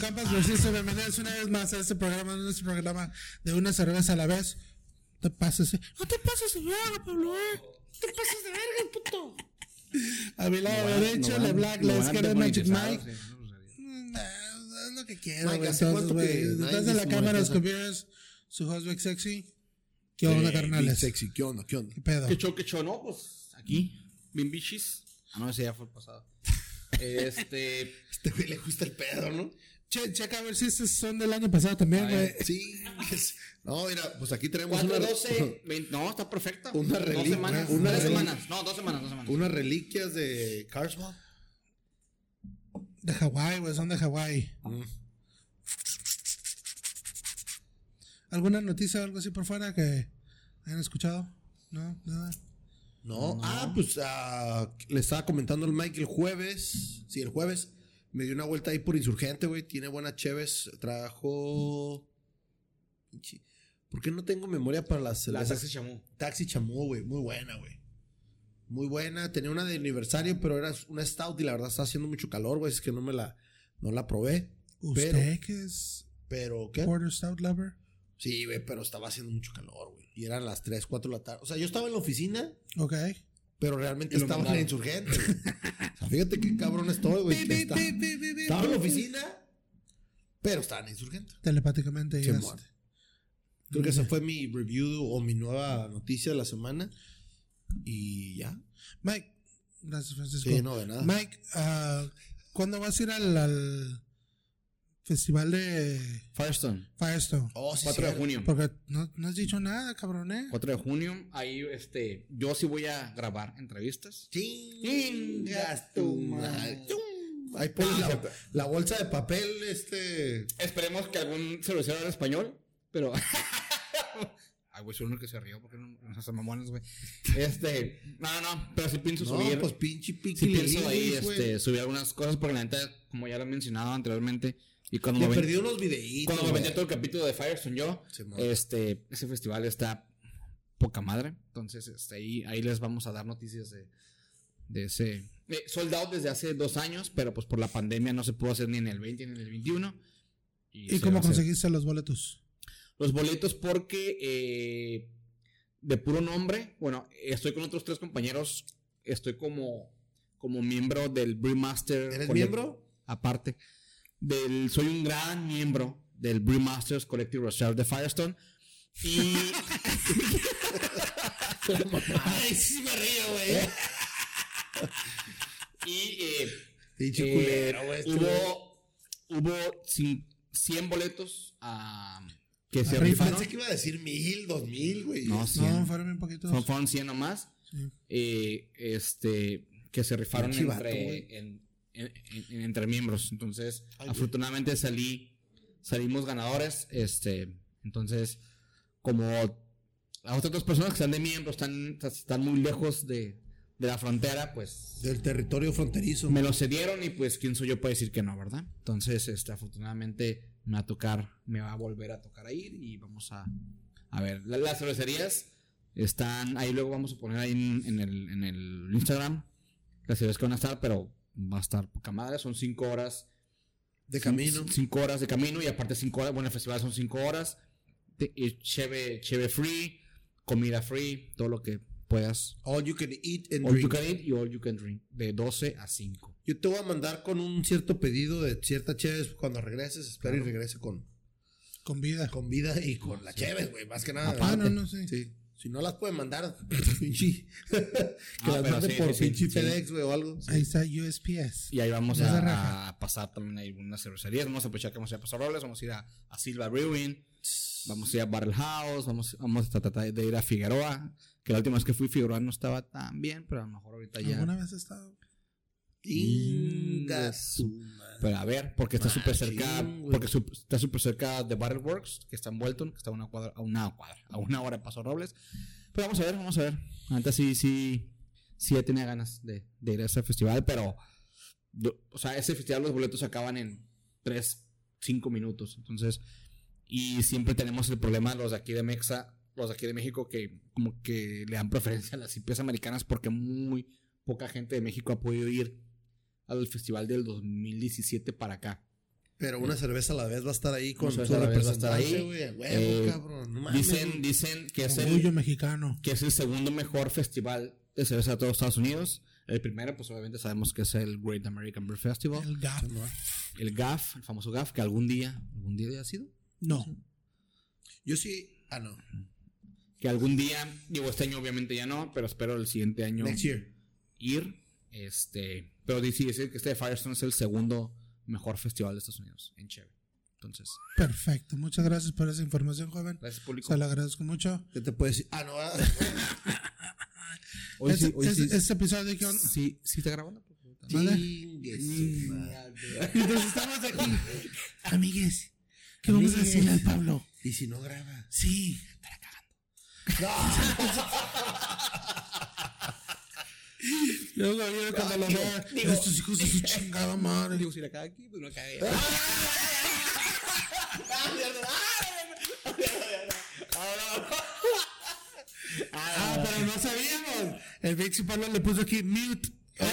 Campas Resiste. pues Bienvenidos una vez más a este programa, nuestro programa de una cerveza a la vez. No te pases, eh. no te pases de verga, Pablo, eh. No te pases de verga, puto. A mi lado derecho, la Black, la izquierda, Magic Mike. eh, Nah, Haz lo que quieras, Mike, güey. ¿hace entonces, cuánto güey. que Detrás nadie de la se cámara, los monetiza? computers, su host, Vic Sexy. ¿Qué onda, carnales? Sexy, ¿qué onda? ¿Qué onda? ¿Qué pedo? Que cho, que cho, no, pues aquí, bien bichis. Ah, no, ese ya fue el pasado. Este, Este güey le gusta el pedo, ¿no? Che, checa a ver si estos son del año pasado también, Ay, güey. Ah, Sí. es- No, mira, pues aquí tenemos una, 4, 12, 20, no, está perfecta. Una Dos reliquia, semanas, una tres reliquia. semanas, no, dos semanas, dos semanas. unas reliquias de Carswell. De Hawái, güey, son de Hawái. ¿Alguna noticia o algo así por fuera que hayan escuchado? No, nada. No. Ah, pues ah, le estaba comentando al Mike el jueves. Sí, el jueves. Me dio una vuelta ahí por Insurgente, güey. Tiene buenas cheves. Trajo. Pinche- ¿Por qué no tengo memoria para las La las- taxi chamú. Taxi Chamú, güey. Muy buena, güey. Muy buena. Tenía una de aniversario, pero era una stout y la verdad está haciendo mucho calor, güey. Es que no me la, no la probé. ¿Usted que es Pero, ¿qué? Porter Stout Lover? Sí, güey, pero estaba haciendo mucho calor, güey. Y eran las 3, 4 de la tarde. O sea, yo estaba en la oficina, Ok. pero realmente Y lo estaba en la mandaron. insurgente. güey. o sea, fíjate qué cabrón estoy, güey. que está- Estaba en la oficina, pero estaba en la insurgente. Telepáticamente este. Simón. llegaste. Creo que esa fue mi review o mi nueva noticia de la semana. Y ya. Mike, gracias Francisco. Sí, no, de nada. Mike, ah, ¿cuándo vas a ir al, al festival de Firestone. Firestone? Oh, sí, 4 de sí. junio. Porque no, no has dicho nada, cabrón, ¿eh? 4 de junio, ahí, este, yo sí voy a grabar entrevistas. Chingas tu madre. Ahí pones la, la bolsa de papel, este. Esperemos que algún cervecero hable español, pero. Ay, güey, soy el único que se rió porque no no hacen mamones, güey. Este, no, no, no, pero sí pienso No, subir. pues pinche piqui. sí pienso ahí, este, subir algunas cosas porque la neta, como ya lo he mencionado anteriormente, y cuando Me me, ven- perdí unos videitos. cuando me güey. vendí todo el capítulo de Firestone yo, Simón. este, ese festival está poca madre. Entonces, este, ahí, ahí les vamos a dar noticias de, de ese. eh, sold out desde hace dos años, pero pues por la pandemia no se pudo hacer ni en el 20 ni en el 21. Pues, ¿Y se va cómo a hacer. conseguiste los boletos? los boletos porque eh, de puro nombre, bueno, estoy con otros tres compañeros, estoy como, como miembro del Brewmaster. ¿Eres Collect- miembro? Aparte, del, soy un gran miembro del Brewmasters Collective Reserve de Firestone. Y Ay, sí me río, güey. Y eh, Pinche eh, culero, güey, este hubo, hubo cin- 100 boletos ah, que se Ah, rifa, rifaron. Pensé que iba a decir mil, dos mil, güey. No, No, 100. fueron un poquito. Fue- fueron 100 nomás. Sí. eh, este, que se rifaron Pinche vato, güey. entre, en- en- en- entre miembros. Entonces, Ay, güey. afortunadamente salí, salimos ganadores. Este, entonces, como las otras dos personas que están de miembros están, están muy lejos de, de la frontera, pues Del territorio fronterizo. me lo cedieron y pues quién soy yo para decir que no, ¿verdad? Entonces, este, afortunadamente me va a tocar, me va a volver a tocar a ir y vamos a, a ver, la- las cervecerías están ahí, luego vamos a poner ahí en, en el, en el Instagram las cervecerías que van a estar, pero va a estar poca madre, son cinco horas De camino. Cin- Cinco horas de camino y aparte cinco horas, bueno, el festival son cinco horas. Te- y cheve, cheve free, comida free, todo lo que puedas. All you can eat and All you drink. can eat y all you can drink, de 12 a 5. Yo te voy a mandar con un cierto pedido de cierta cheves cuando regreses. Espero y regrese con, Con vida. con vida y con la cheves, güey. Más que nada. Ah, no, no sé. Sí. Si no las pueden mandar, pinche. que Ah, las pero manden sí, por sí, sí, pinche sí. FedEx, güey, o algo. Ahí está USPS. Y ahí vamos Ya se a, raja. a pasar también a algunas cervecerías. Vamos a aprovechar que vamos a ir a Paso Robles, vamos a ir a, a Silva Brewing, vamos a ir a Barrel House, vamos, vamos a tratar de ir a Figueroa. Que la última vez que fui, Figueroa no estaba tan bien, pero a lo mejor Ah, ahorita ya. ¿Alguna vez has estado? Inga su madre. Pero a ver, porque está súper cerca, Machín, güey. porque su- está súper cerca de Barrel Works, que está en Bolton, que está a una cuadra, a una cuadra, a una hora de Paso Robles. Pero vamos a ver, vamos a ver. Antes sí, sí, sí ya tenía ganas de, de ir a ese festival, pero, do- o sea, ese festival los boletos se acaban en 3, 5 minutos. Entonces, y siempre tenemos el problema los de aquí de Mexa, los de aquí de México, que como que le dan preferencia a las IPs americanas porque muy poca gente de México ha podido ir al festival del 2017 para acá. Pero una cerveza a la vez va a estar ahí con Una su cerveza a la vez va a estar ahí. representante, güey. a huevo, Eh, cabrón. No mames, Dicen, güey. dicen que es el, Orgullo mexicano. que es el segundo mejor festival de cerveza de todos Estados Unidos. El primero, pues obviamente sabemos que es el Great American Beer Festival. El GAF. El GAF, el famoso GAF, que algún día, algún día ha sido. No. Yo sí. Ah, no. Que algún día, digo, este año obviamente ya no, pero espero el siguiente año Next year. ir. Este, pero dice decir que este de Firestone es el segundo mejor festival de Estados Unidos en Chevy. Entonces, Perfecto. Muchas gracias por esa información, joven. gracias público. Se la agradezco mucho. ¿Qué te puedes decir? Ah, no. ah. Hoy este, sí, hoy este- sí. este episodio que... Sí, sí está grabando. ¿Mande? Chingue su madre. Entonces estamos aquí. Amigues, ¿qué vamos a Amigues. decirle al Pablo? Y si no graba. Sí. Yo lo vi cuando lo Digo, vea. digo. Estos hijos de su chingada madre. Digo, si la caga aquí, pues no cagué. Ah, pero no sabíamos. El Vixi Pablo le puso aquí mute. que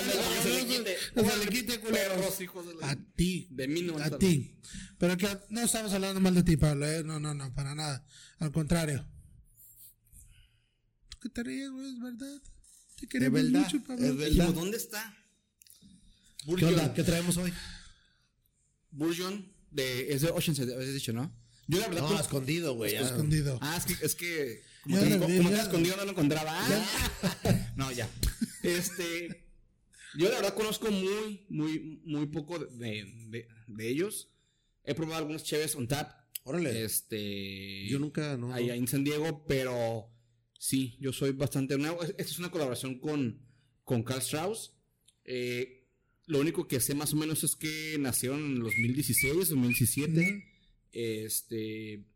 se le quite. Que se le quite, culeros. A ti. De mí no van a A estar. ti. Pero que no estamos hablando mal de ti, Pablo. ¿eh? No, no, no, para nada. Al contrario. ¿Tú qué te ríes, güey? Es verdad. Te Es queremos verdad. mucho, Pablo. Es Digo, verdad. ¿dónde está? ¿Qué Burgeon. onda? ¿Qué traemos hoy? Burgeon de, es de Oceanside, habías dicho, ¿no? Yo la verdad. No, pues- escondido, güey. Está ah. Escondido. ah, es que, es que como, Ya te, la vi, como ya. te escondido no lo encontraba. Ah. No, ya. Este. Yo la verdad conozco muy, muy, muy poco de, de, de ellos. He probado algunos cheves on tap. Órale. Este. Yo nunca, no. allá no. en San Diego, pero sí, yo soy bastante nuevo. Es- Esta es una colaboración con, con Carl Strauss. Eh, lo único que sé más o menos es que nacieron en los 2016, 2017. Este.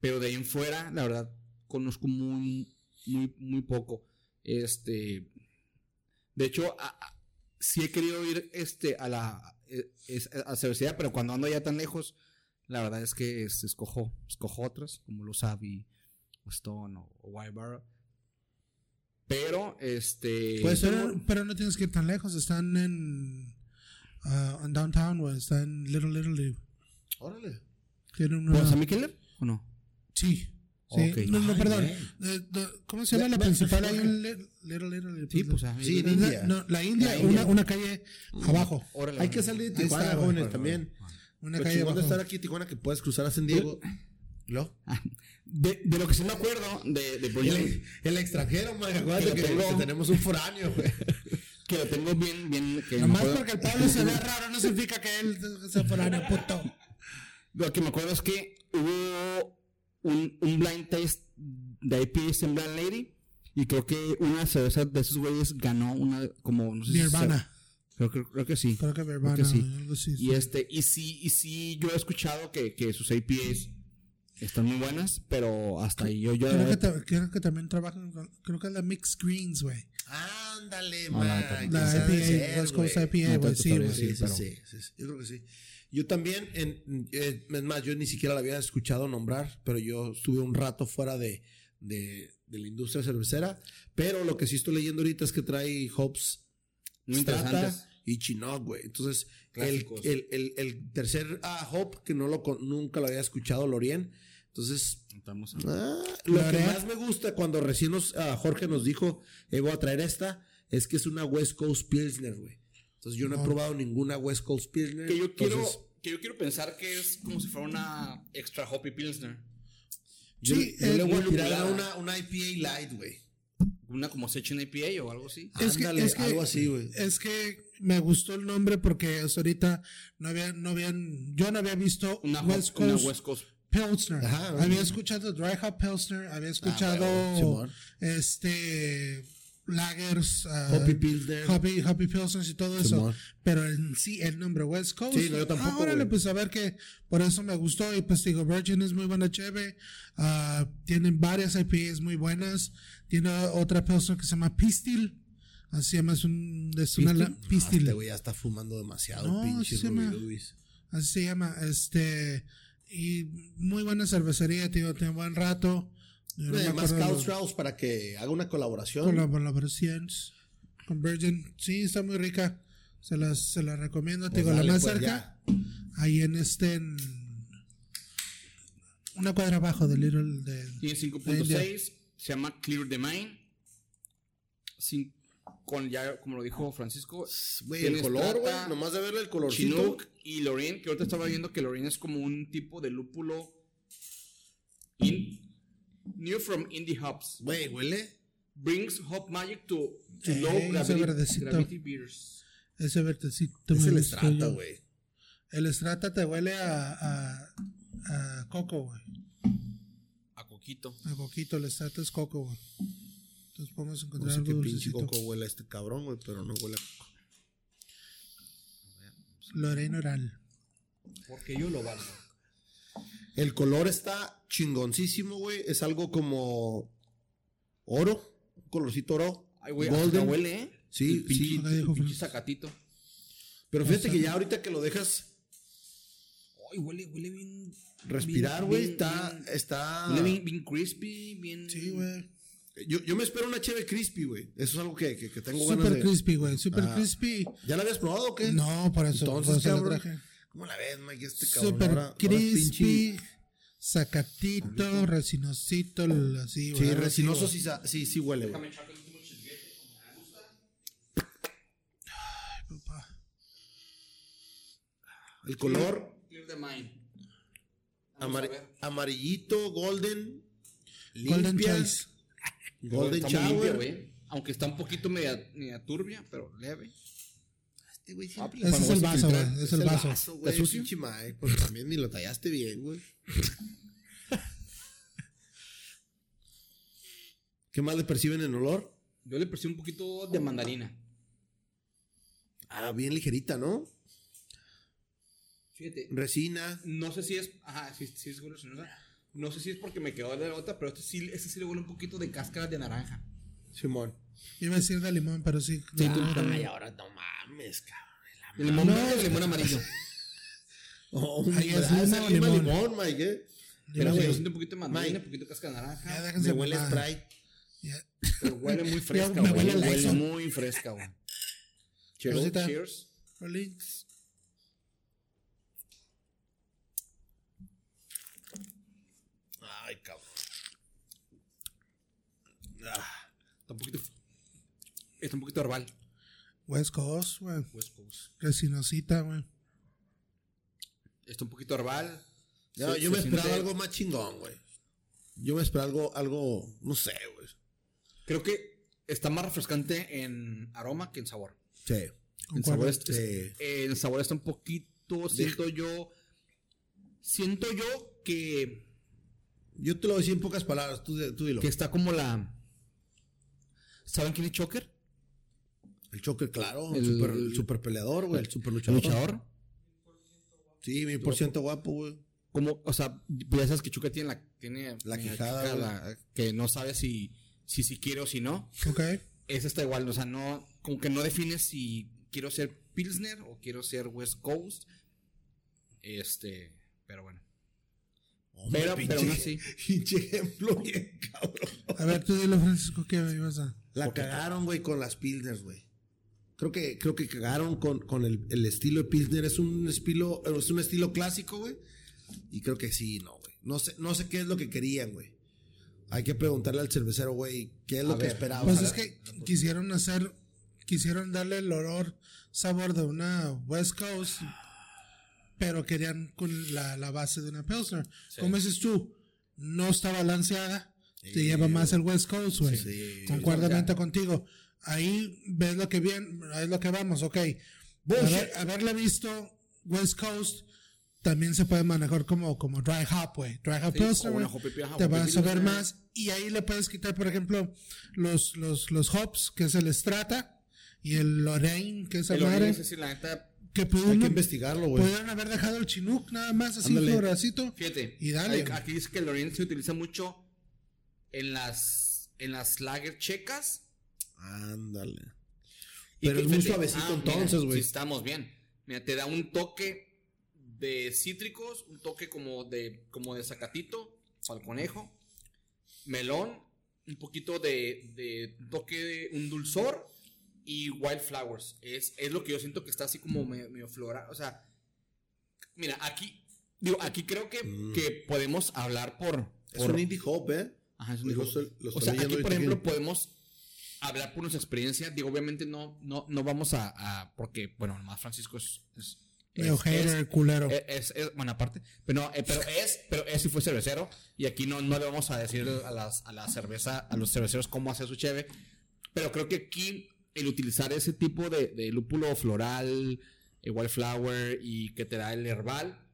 Pero de ahí en fuera, la verdad, conozco muy, muy, muy poco. Este. De hecho, a- a- sí he querido ir este, a la eh, es- a la universidad, pero cuando ando ya tan lejos, la verdad es que este, escojo, escojo otras, como los Abbey, o Stone o, o Whiteborough. Pero, este. Pues, Pero, pero no tienes que ir tan lejos. Están en. ah, en downtown, güey. Están en Little Little League. Órale. Tienen una. ¿Vamos a Mikeller o no? Sí. Sí. Ok. No, no, Ay, perdón. güey. Eh, do- ¿Cómo se llama la principal? ahí en Li- Little Little League? Sí, pues, ah, Sí, La- India. no, la India, La una, India. una calle abajo. Órale, Hay órale. que salir de Ahí está, Tijuana, güey. jóvenes, también. Una Lo calle chingón de abajo. estar aquí en Tijuana que puedes cruzar a San Diego. ¿Lo? De, de lo que sí me acuerdo de, de Burgeon- El, el extranjero, man. Acuérdate Que que, lo tengo. que tenemos un foráneo, güey. que lo tengo bien, bien. Que me Nomás acuerdo- porque el Pablo se ve raro, no significa que él sea fulano, puto. Lo que me acuerdo es que hubo un, un blind test de IPS en Blind Lady. Y creo que una cerveza de esos güeyes ganó una, como, no sé si. Nirvana. Creo, que- creo que sí. Creo que Nirvana. Creo que sí. algo así. Y este, y sí, y sí, yo he escuchado que, que sus IPAs están muy buenas, pero hasta ahí yo, yo Creo que, ta- creo que también trabajan con. Creo que es la Mix Greens, güey. Ándale, No, man. la neta, ¿quién La sabe IPA, ser, West güey? Coast IPA, No, güey. tanto Sí, todavía güey. Sí, sí, pero- sí, sí, sí, Yo creo que sí. Yo también, en, eh, es más, yo ni siquiera la había escuchado nombrar, pero yo estuve un rato fuera de, de, de la industria cervecera. Pero lo que sí estoy leyendo ahorita es que trae hops muy Strata interesantes. y Chinook, güey. Entonces, el, Clásicos. el, el, el tercer ah, hop que no lo con- nunca lo había escuchado, Lorien. Entonces, Estamos- Ah, lo que Lorien. más me gusta cuando recién nos, ah, Jorge nos dijo, eh, voy a traer esta, es que es una West Coast Pilsner, güey. Entonces yo no he No. probado ninguna West Coast Pilsner. Que yo quiero, Entonces, que yo quiero pensar que es como si fuera una extra hoppy pilsner. yo, Sí, yo eh, le voy a muy tirar a lupulada. una, una IPA light, güey. Una como Section IPA o algo así. Es que- Ándale, es que- algo así, güey. Es que me gustó el nombre porque hasta ahorita no habían, no habían, yo no había visto Una, hop- West una Coast West Coast. Pilsner. Ajá, había ajá. escuchado Dry Hop Pilsner, había Ah, güey, escuchado Simón. este Lagers, ah, Hoppy Pilsner. Hoppy, Hoppy Pilsners y todo eso. Simón. Pero en sí, el nombre West Coast. Sí, no, yo tampoco, Ah, órale, güey. pues a ver que por eso me gustó. Y pues digo, Virgin es muy buena, cheve. Ah, tienen varias IPAs muy buenas. Tiene otra Pilsner que se llama Pistil. Así llama, es, un, es una la- Ah, Pistil. este güey ya está fumando demasiado, No, sí pinche se me- Ruby Dubis. Así se llama. Este. Y muy buena cervecería, tío. Tiene buen rato. Yo no me Además, acuerdo Carl de- Strauss para que haga una colaboración. Con la colaboración. Con Virgin. Sí, está muy rica. Se las, se las recomiendo. Pues Te digo, dale, la más pues, cerca, ahí en este. en- una cuadra abajo de Little. De, Tiene 5.6, se llama Clear the Mind. Sin- con ya, como lo dijo Francisco, Güey, el tienes color, güey. Strata, Nomás de verle el colorcito. Chinook y Lorraine, que ahorita estaba viendo que Lorraine es como un tipo de lúpulo in- new from indie hops. Güey, huele. Brings hop magic to, to Eh, low ese gravity, verdecito. gravity beers. ese vertecito. Es me el gustó, estrata, yo. güey. El estrata te huele a. a, a coco, güey. A coquito. A coquito. El estrata es coco, güey. Entonces podemos No encontrar sé Pues algo qué pinche dulcecito. coco huele a este cabrón, güey, pero no huele a coco. Lorena Oral. Porque yo lo valgo. El color está chingoncísimo, güey. Es algo como oro. Un colorcito oro. Ay, güey, hasta Golden. huele, ¿eh? Sí, sí. Acá dijo Pinche Francisco. sacatito. Pero fíjate que ya ahorita que lo dejas Ay, huele, huele bien. respirar, bien- güey, bien- está. bien- está... Huele bien, bien crispy, bien. Mm, Sí, güey. Yo, yo me espero una cheve crispy, güey. Eso es algo que, que, que tengo ganas Super de. crispy, güey. Super Ah. crispy. ¿Ya la habías probado o qué? No, por eso. Entonces, por eso lo cabrón. traje. ¿Cómo la ves, Mike? Este cabrón. Super ahora- ahora es pinche- crispy. Sacatito, resinosito, l- así, Sí, güey, resinoso así, sí, sa- sí, sí huele, güey. güey, papá. El color Clear the mind. amar- a ver. amarillito, golden. Golden limpia, Choice. Golden Está muy limpia, Shower. güey. Aunque está un poquito media, media turbia, pero leve. Ah, Este güey siempre- Ese es el vaso, güey. Es el vaso. güey. Es sucio. Mike, porque también ni lo tallaste bien, güey. ¿Qué más le perciben en olor? Yo le percibo un poquito Oh. de mandarina. Ah, bien ligerita, ¿no? Fíjate. Resina. No sé si es. Ajá, sí, sí es golosinosa. No sé si es porque me quedó de la gota, pero este sí, este sí le huele un poquito de cáscara de naranja. Simón. Iba a decir de limón, pero sí. no, no, no. Ay, ahora no mames, cabrón. Ah, El limón verde, el limón amarillo. Oh, Ahí es hombre, lima esa o lima limón. limón, Mike, eh. Pero Mira, yo güey, siento un poquito de mandarina, un poquito de cáscara de Ya naranja. déjense Me huele mamada. Sprite. Ya. Pero huele muy fresca, me güey. huele a Huele Lysol. muy fresca, güey. Cheers. Rosita. Cheers. Rolings. Ay, cabrón. Ah, Está un poquito. Está un poquito herbal. pues, West Coast, güey. West Coast. Resinosita, güey. Está un poquito herbal. no, Se- yo se me esperaba siente- algo más chingón, güey. Yo me esperaba algo, algo, no sé, güey. Creo que está más refrescante en aroma que en sabor. Sí. ¿Con cuál? El sabor, es- es- Sí. eh, el sabor está un poquito, siento yo, siento yo que, Yo te lo decía en pocas palabras, tú, de- tú dilo. que está como la, ¿saben quién es Choker? El choque, claro. El, El- super, el super peleador, güey. El super luchador. Luchador. Sí, mil por ciento guapo, güey. Como, o sea, pues ya sabes que Choker tiene la, tiene La media quijada, que no sabe si, si, si quiere o si no. Ok. Ese está igual, o sea, no, como que no defines si quiero ser Pilsner o quiero ser West Coast. Este, pero bueno. Hombre, Pero, pero aún así. Pinche ejemplo, bien, cabrón. A ver, tú dilo, Francisco, ¿qué ibas a...? La cagaron, güey, con las Pilsners, güey. Creo que, creo que cagaron con, con el, el estilo de Pilsner. Es un estilo, es un estilo clásico, güey. Y creo que sí, no, güey. No sé, no sé qué es lo que querían, güey. Hay que preguntarle al cervecero, güey, qué es lo que ver, esperaba. Pues Ah, Ojalá- es que quisieron hacer, quisieron darle el olor, sabor de una West Coast, pero querían con la, la base de una Pilsner. Como dices tú, no está balanceada, te lleva más el West Coast, güey. Sí. Concuerdamente contigo. Ahí ves lo que bien, ahí es lo que vamos, ok. Haber- haberla visto West Coast también se puede manejar como, como dry hop, güey. Dry hop Sí, Pilsner, o una güey. hoppy pie- ajá, Te hoppy vas a ver pilsner. más. Y ahí le puedes quitar, por ejemplo, los, los, los hops, que es el Strata, y el Lorraine, que es el El Oreo, madre. ese sí, la neta, Que Hay que pudieron, investigarlo, güey. pudieron haber dejado el Chinook nada más, así, Ándale. floracito. Fíjate. Y dale. Aquí- Aquí dice que el Lorient se utiliza mucho en las en las lager checas. Ándale. Y Pero que, es muy fíjate, suavecito mira, entonces, güey. sí, estamos bien. Mira, te da un toque de cítricos, un toque como de como de zacatito al conejo, melón, un poquito de, de toque de un dulzor y Wildflowers. Es, es lo que yo siento que está así como medio, medio flora. O sea, mira, aquí, digo, aquí creo que, que podemos hablar por. Mm. Es por un indie hop, ¿eh? Ajá, es un Yo hijo. estoy- lo O estoy sea, leyendo aquí, por ahorita ejemplo, que- podemos hablar por nuestra experiencia. Digo, obviamente no, no, no vamos a, a- Porque, bueno, nomás Francisco es. es- Medio es- hater, culero. eh, es- Eh, es- es- bueno, aparte, pero, no, eh, pero es, pero es si fue cervecero y aquí no, no le vamos a decir a las, a la cerveza, a los cerveceros cómo hacer su cheve, pero creo que aquí el utilizar ese tipo de, de lúpulo floral, eh, wildflower y que te da el herbal,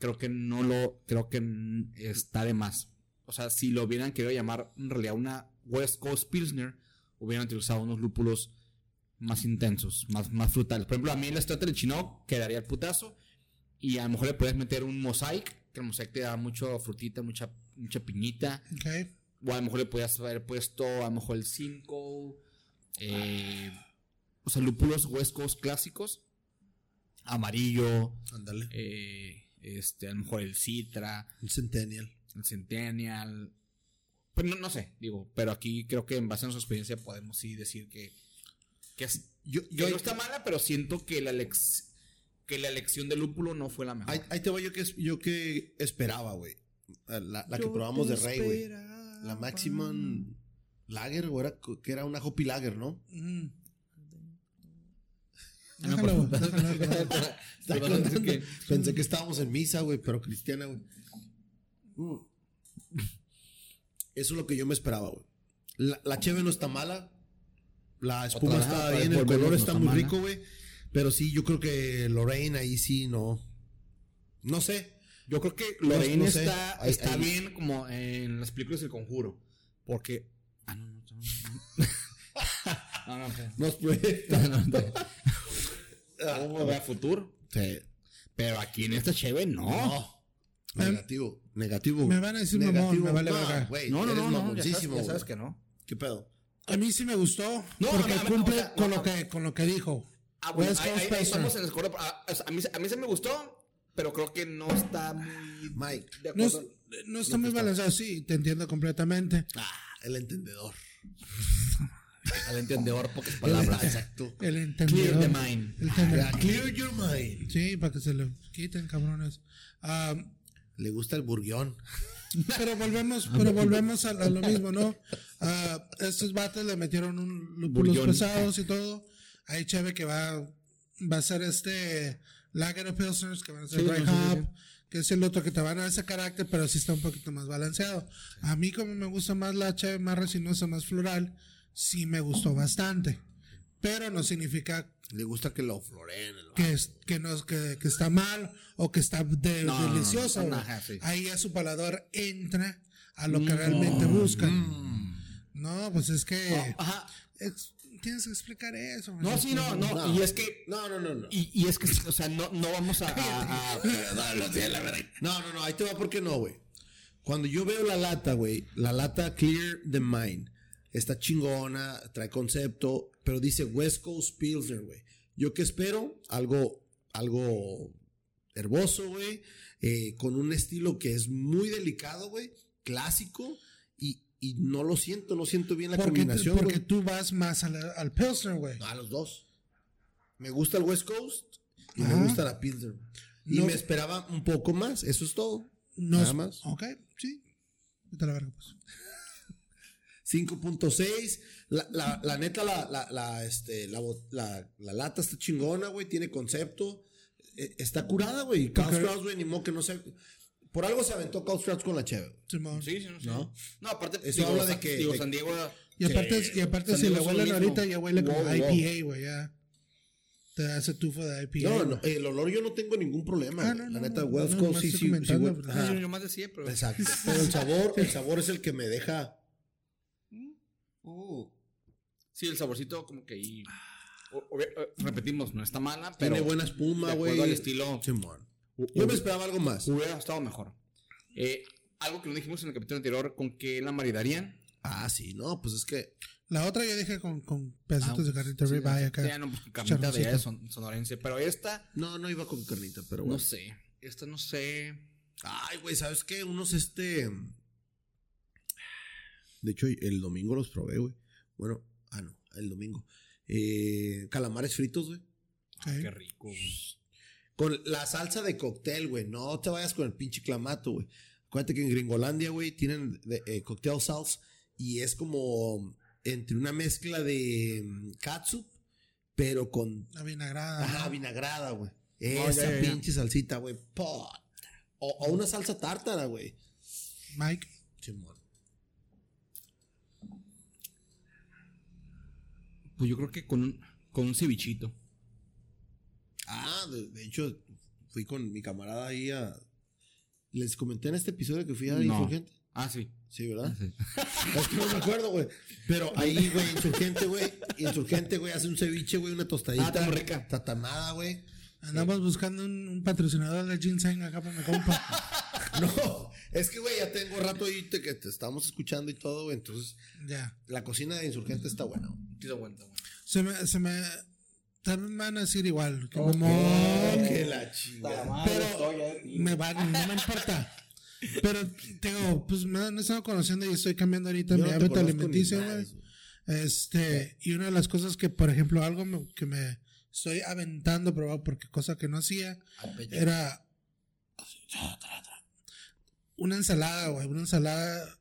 creo que no lo, creo que mm, está de más. O sea, si lo hubieran querido llamar en realidad una West Coast Pilsner, hubieran utilizado unos lúpulos más intensos, más, más frutales. Por ejemplo, a mí el estrato del chino quedaría el putazo y a lo mejor le puedes meter un mosaic, que el mosaic te da mucho frutita, mucha, mucha piñita. Ok. O a lo mejor le podías haber puesto a lo mejor el 5. eh, o sea, lúpulos huescos clásicos. Amarillo. Ándale. eh, este, a lo mejor el citra, Un Centennial. el centennial. Pues no, no sé, digo, pero aquí creo que en base a nuestra experiencia podemos sí decir que, que es- Yo, que yo, no está mala, pero siento que la, elex- que la elección de lúpulo no fue la mejor. ahí, ahí te voy yo que, yo que esperaba, güey. La, la que probamos de Rey, güey. La Maximum Lager, o era, co- que era una Hopi Lager, ¿no? Mm. Ah, no, Déjalo, por- déjalo, déjalo. Estaba Pero no sé contando. qué. Pensé que estábamos en misa, güey, pero cristiana, güey. Mm. Eso es lo que yo me esperaba, güey. La, la cheve no está mala. La espuma Otra, está ajá, bien, por el lo menos color no está está muy mala. rico, güey. Pero sí, yo creo que Lorraine ahí sí no. No sé. Yo creo que No- Lorraine no sé. está, Ahí- está ahí- bien como en las películas del conjuro. Porque. Ah, no, no, no. No, no, pues, no. Nos puede. No, no, no. ¿Cómo ve a futuro? Sí. Pero aquí en esta cheve no. Negativo. Negativo. Em, Me van a decir mamón, Negativo. me vale No, verga. güey, No, no, eres no, no. Ya sabes, mamoncísimo, ya sabes güey. que no. ¿Qué pedo? A mí sí me gustó. No, a porque mí- a mí- cumple o sea, con, no, lo que, con lo que dijo. Ah, bueno, West ahí, Coast ahí- ahí estamos Pilsner. en el acuerdo. Ah, o sea, a, mí, a mí se me gustó, pero creo que no está muy. Mike. De No, acuerdo. es- no está muy balanceado, sí, te entiendo completamente. Ah, el entendedor. Al entendedor, pocas Exacto. El Clear entendedor. the mind. El entendedor. Ah, Clear your mind. Sí, para que se lo quiten, cabrones. Ah, Le gusta el burguión. pero volvemos, pero volvemos a, a lo mismo, ¿no? Ah, estos vatos le metieron un lúpulos Bullón. pesados y todo. Hay cheve que va, va a ser este Lager Pilsners, que van a ser Sí, Grey no, sí, sí, Hop, que es el otro que te van a dar ese carácter, pero sí está un poquito más balanceado. A mí, como me gusta más la cheve más resinosa, más floral, sí me gustó bastante. Pero no significa Le gusta que lo floren. el que, es- que, nos, que, que está mal o que está de- No, no, no, deliciosa. no, güey. ajá, sí. Mm. Ahí a su paladar entra a lo que realmente buscan. No, pues es que Ajá. ex- tienes que explicar eso. No, güey. sí, no, no. No. Y es que. No, no, no, no. Y, y es que, o sea, no, no vamos a- a- a No, no, sí, la verdad. No, no, no, ahí te va porque no, güey. Cuando yo veo la lata, güey, la lata Clear the Mind, está chingona, trae concepto, pero dice West Coast Pilsner, güey. Yo que espero algo, algo herboso, güey, eh, con un estilo que es muy delicado, güey, clásico, y, y no lo siento, no siento bien la porque, tú- combinación, porque güey. tú vas más al, al Pilsner, güey. No, a los dos. Me gusta el West Coast y Ajá. me gusta la Pilsner. Y No. me esperaba un poco más, eso es todo. No Nada es- Oh. más. Ok, sí. Vete a la verga, pues. 5.6. La, la, la neta, la, la, la, este, la, bot- la, la lata está chingona, güey. Tiene concepto. Eh, está curada, güey. Carl Ok. Strauss, güey, ni modo que no se. Por algo se aventó Carl Strauss con la cheve. güey. Simón. Sí, sí, no, sí. ¿No? No, aparte, Eso habla de Sa- que- digo, de- San Diego. Y aparte, y aparte San si le Diego es lo huelen mismo. ahorita, ya huele como Wow, wow. IPA, güey. Ya te da ese tufo de IPA. No, güey. no, el olor yo no tengo ningún problema. Ah, güey. no, no, la neta, no, West no, Coast nomás sí, estoy sí, sí, comentando, güey. pues, Ajá, Yo nomás decía, pero. Exacto. Pero el sabor, el sabor es el que me deja. uh. Sí, el saborcito, como que ahí. o- obvia- eh, repetimos, no está mala, pero. Tiene buena espuma, de güey. acuerdo al estilo. Simón. Yo me esperaba algo más. Hubiera estado mejor. Eh, algo que no dijimos en el capítulo anterior, ¿con qué la maridarían? Ah, sí, no, pues es que. La otra ya dije con, con pedacitos de carnita Ah, Sí, ribeye sí, Ya acá. no, pues carnita de Charroncito. allá son, sonorense. Pero esta, No, no iba con carnita, pero bueno. no sé. Esta no sé. Ay, güey, ¿sabes qué? Unos este. De hecho, el domingo los probé, güey. Bueno, ah, no, el domingo. eh, calamares fritos, güey. Ok. Qué rico, güey. Con la salsa de cóctel, güey. No te vayas con el pinche clamato, güey. Acuérdate que en Gringolandia, güey, tienen de, eh, cocktail sauce y es como entre una mezcla de mm, catsup, pero con La vinagrada. ajá, ¿no? vinagrada, güey. ya, Esa ya, ya. pinche salsita, güey. Puta. O, o una salsa tártara, güey. Mike. Simón. Pues yo creo que con un, con un cevichito. Ah, de, de hecho, fui con mi camarada ahí a. Les comenté en este episodio que fui a No. Insurgente. Ah, sí. Sí, ¿verdad? Sí. Es que no me acuerdo, güey. Pero ahí, güey, insurgente, güey. Insurgente, güey, hace un ceviche, güey, una tostadita. Ah, está muy rica. Tatamada, güey. Andamos buscando un, un patrocinador de ginseng acá para mi compa. No, es que, güey, ya tengo rato ahí te- que te estamos escuchando y todo, güey. Entonces, ya. la cocina de insurgente está buena. güey. Sí, está bueno, está bueno. Se me, se me. También me van a decir igual. que como- Oh, que la chingada. Ah, me van, no me importa. Pero tengo, pues me han estado conociendo y estoy cambiando ahorita mi Yo no te hábito conozco ni alimenticio, madres, güey. güey. Este, y una de las cosas que, por ejemplo, algo me- que me estoy aventando a probar porque cosa que no hacía era una ensalada, güey, una ensalada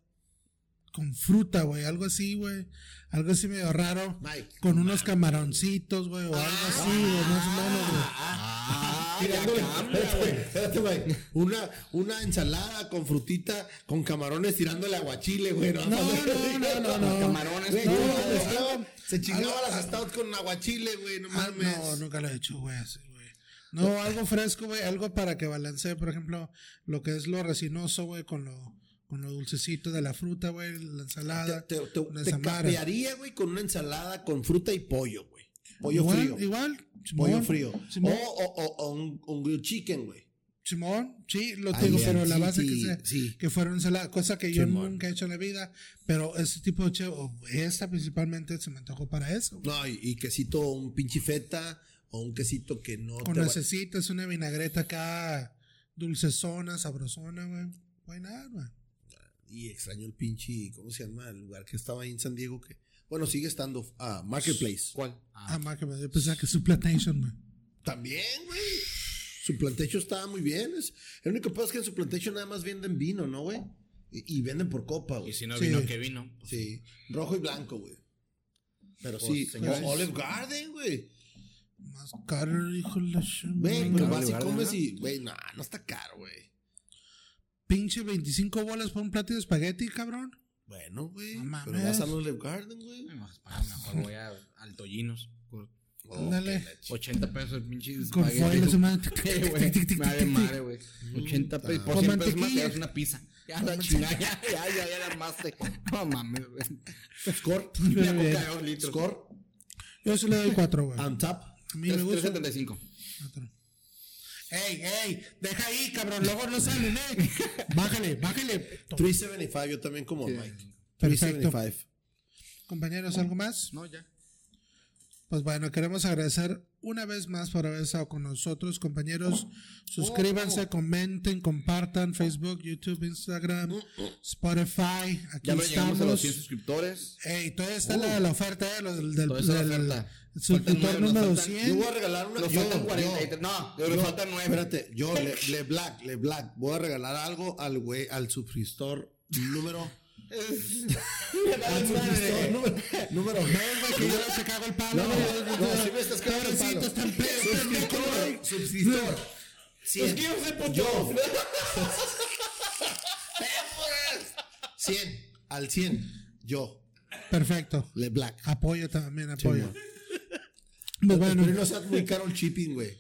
con fruta, güey, algo así, güey, algo así medio raro, Mike. con unos camaroncitos, güey, o algo así, güey, más o menos, güey. Ah, tirándole- espérate, güey, espérate, güey. Una, una ensalada con frutita, con camarones tirándole aguachile, güey. No, No, no, no, no, no. Camarones, Güey, no, yo no, cuando estaba- se algo- chingaba las stouts con aguachile, güey, no Ah, mames. No, nunca lo he hecho, güey, así, güey. No, algo fresco, güey, algo para que balancee, por ejemplo, lo que es lo resinoso, güey, con lo, con lo dulcecito de la fruta, güey, la ensalada. te te, te, una te samara. capearía, güey, con una ensalada con fruta y pollo, güey. Pollo igual, frío. Igual, Simón, pollo frío. Oh. O, Simón, o, o, o un, un grilled chicken, güey. Simón, sí, lo Ay, tengo, bien, pero la Ah, sí, base sí, que, se, sí. que fuera una ensalada, cosa que yo Simón. nunca he hecho en la vida, pero este tipo de che, o esta principalmente se me antojó para eso. güey. No, y, y quesito, un pinche feta o un quesito que no O te va- necesitas una vinagreta acá, dulcezona, sabrosona, güey. Why not, güey? Y extraño el pinche, ¿cómo se llama? El lugar que estaba ahí en San Diego que... Bueno, sigue estando. Ah, Marketplace. ¿Cuál? Ah, más que me yo pensaba que es su plantation, güey. También, güey. Su plantation estaba muy bien. Es, el único peor es que en su plantation nada más venden vino, ¿no, güey? Y, y venden por copa, Y güey. si no Sí. vino, que vino. Sí. Rojo y blanco, güey. Oh, Pero Pues, sí, señores. o Olive Garden, güey. Más caro, hijo de la chingada. Güey, pero Mm, Olive vas y Garden, comes ¿no? y, güey, no, no está caro, güey. Pinche 25 bolas por un plato de espagueti, cabrón. Bueno, güey, No mames. pero vas al Olive Garden, güey. Ay, más para- Mejor voy a al Tollinos. por Oh, Ándale. 80 pesos el pinche Con espagueti. foil, esa madre. Eh, güey, madre, madre, güey. 80 Mm, pesos. Ah. Por 100 pesos más Con te mantequilla. das una pizza. Ya, la chingada, ya, ya, ya, ya la armaste. No mames, güey. Score. Una coca de dos litros. Score. Yo se le doy 4, güey. A On top. mí me Ah, Tres- gusta. 375. Cuatro. Ey, ey, deja ahí, cabrón. Luego no salen, eh. Bájale, bájale. 375, yo también como Mike. Perfecto. 375. Compañeros, ¿algo más? No, ya. Pues bueno, queremos agradecer una vez más por haber estado con nosotros, compañeros. Oh. Suscríbanse, comenten, compartan Facebook, YouTube, Instagram, Spotify. Aquí Oh, Ya no llegamos a los estamos. 100 suscriptores. Ey, todavía está la, la oferta, eh, los, del, del, Uh. Todavía está la del- oferta. suscriptor Faltan nueve, número nos faltan- 100. Yo voy a regalar una. Nos yo, faltan yo, 43. No, nos faltan 9. Espérate, yo, le, Le Black, Le Black, voy a regalar algo al güey, al suscriptor número. al suscriptor número. Número. No, güey, que yo no se cago el palo. No, no, no, si me estás cagando el palo. Pobrecitos, tan feos, Suscriptor, suscriptor. Suscríbase, Yo. 100, al 100, yo, Perfecto. Le Black. Apoyo también, apoyo. Simón. Pues Bueno, bueno, pero no seas muy caro el shipping, güey.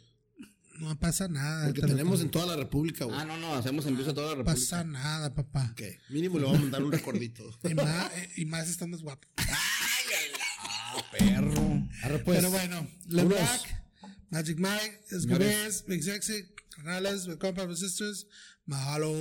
no pasa nada. Porque te lo- tenemos en toda la República, güey. Ah, no, no, hacemos envíos a toda la No República. pasa nada, papá. Ok, mínimo le voy a mandar un recordito. Y más, eh, y más estamos guapos. Perro. Arre, pues. Pero bueno, Le Unos- Black, Magic Mike, Escobés, Big Sexy, Canales, My Compa, My Sisters, Mahalo.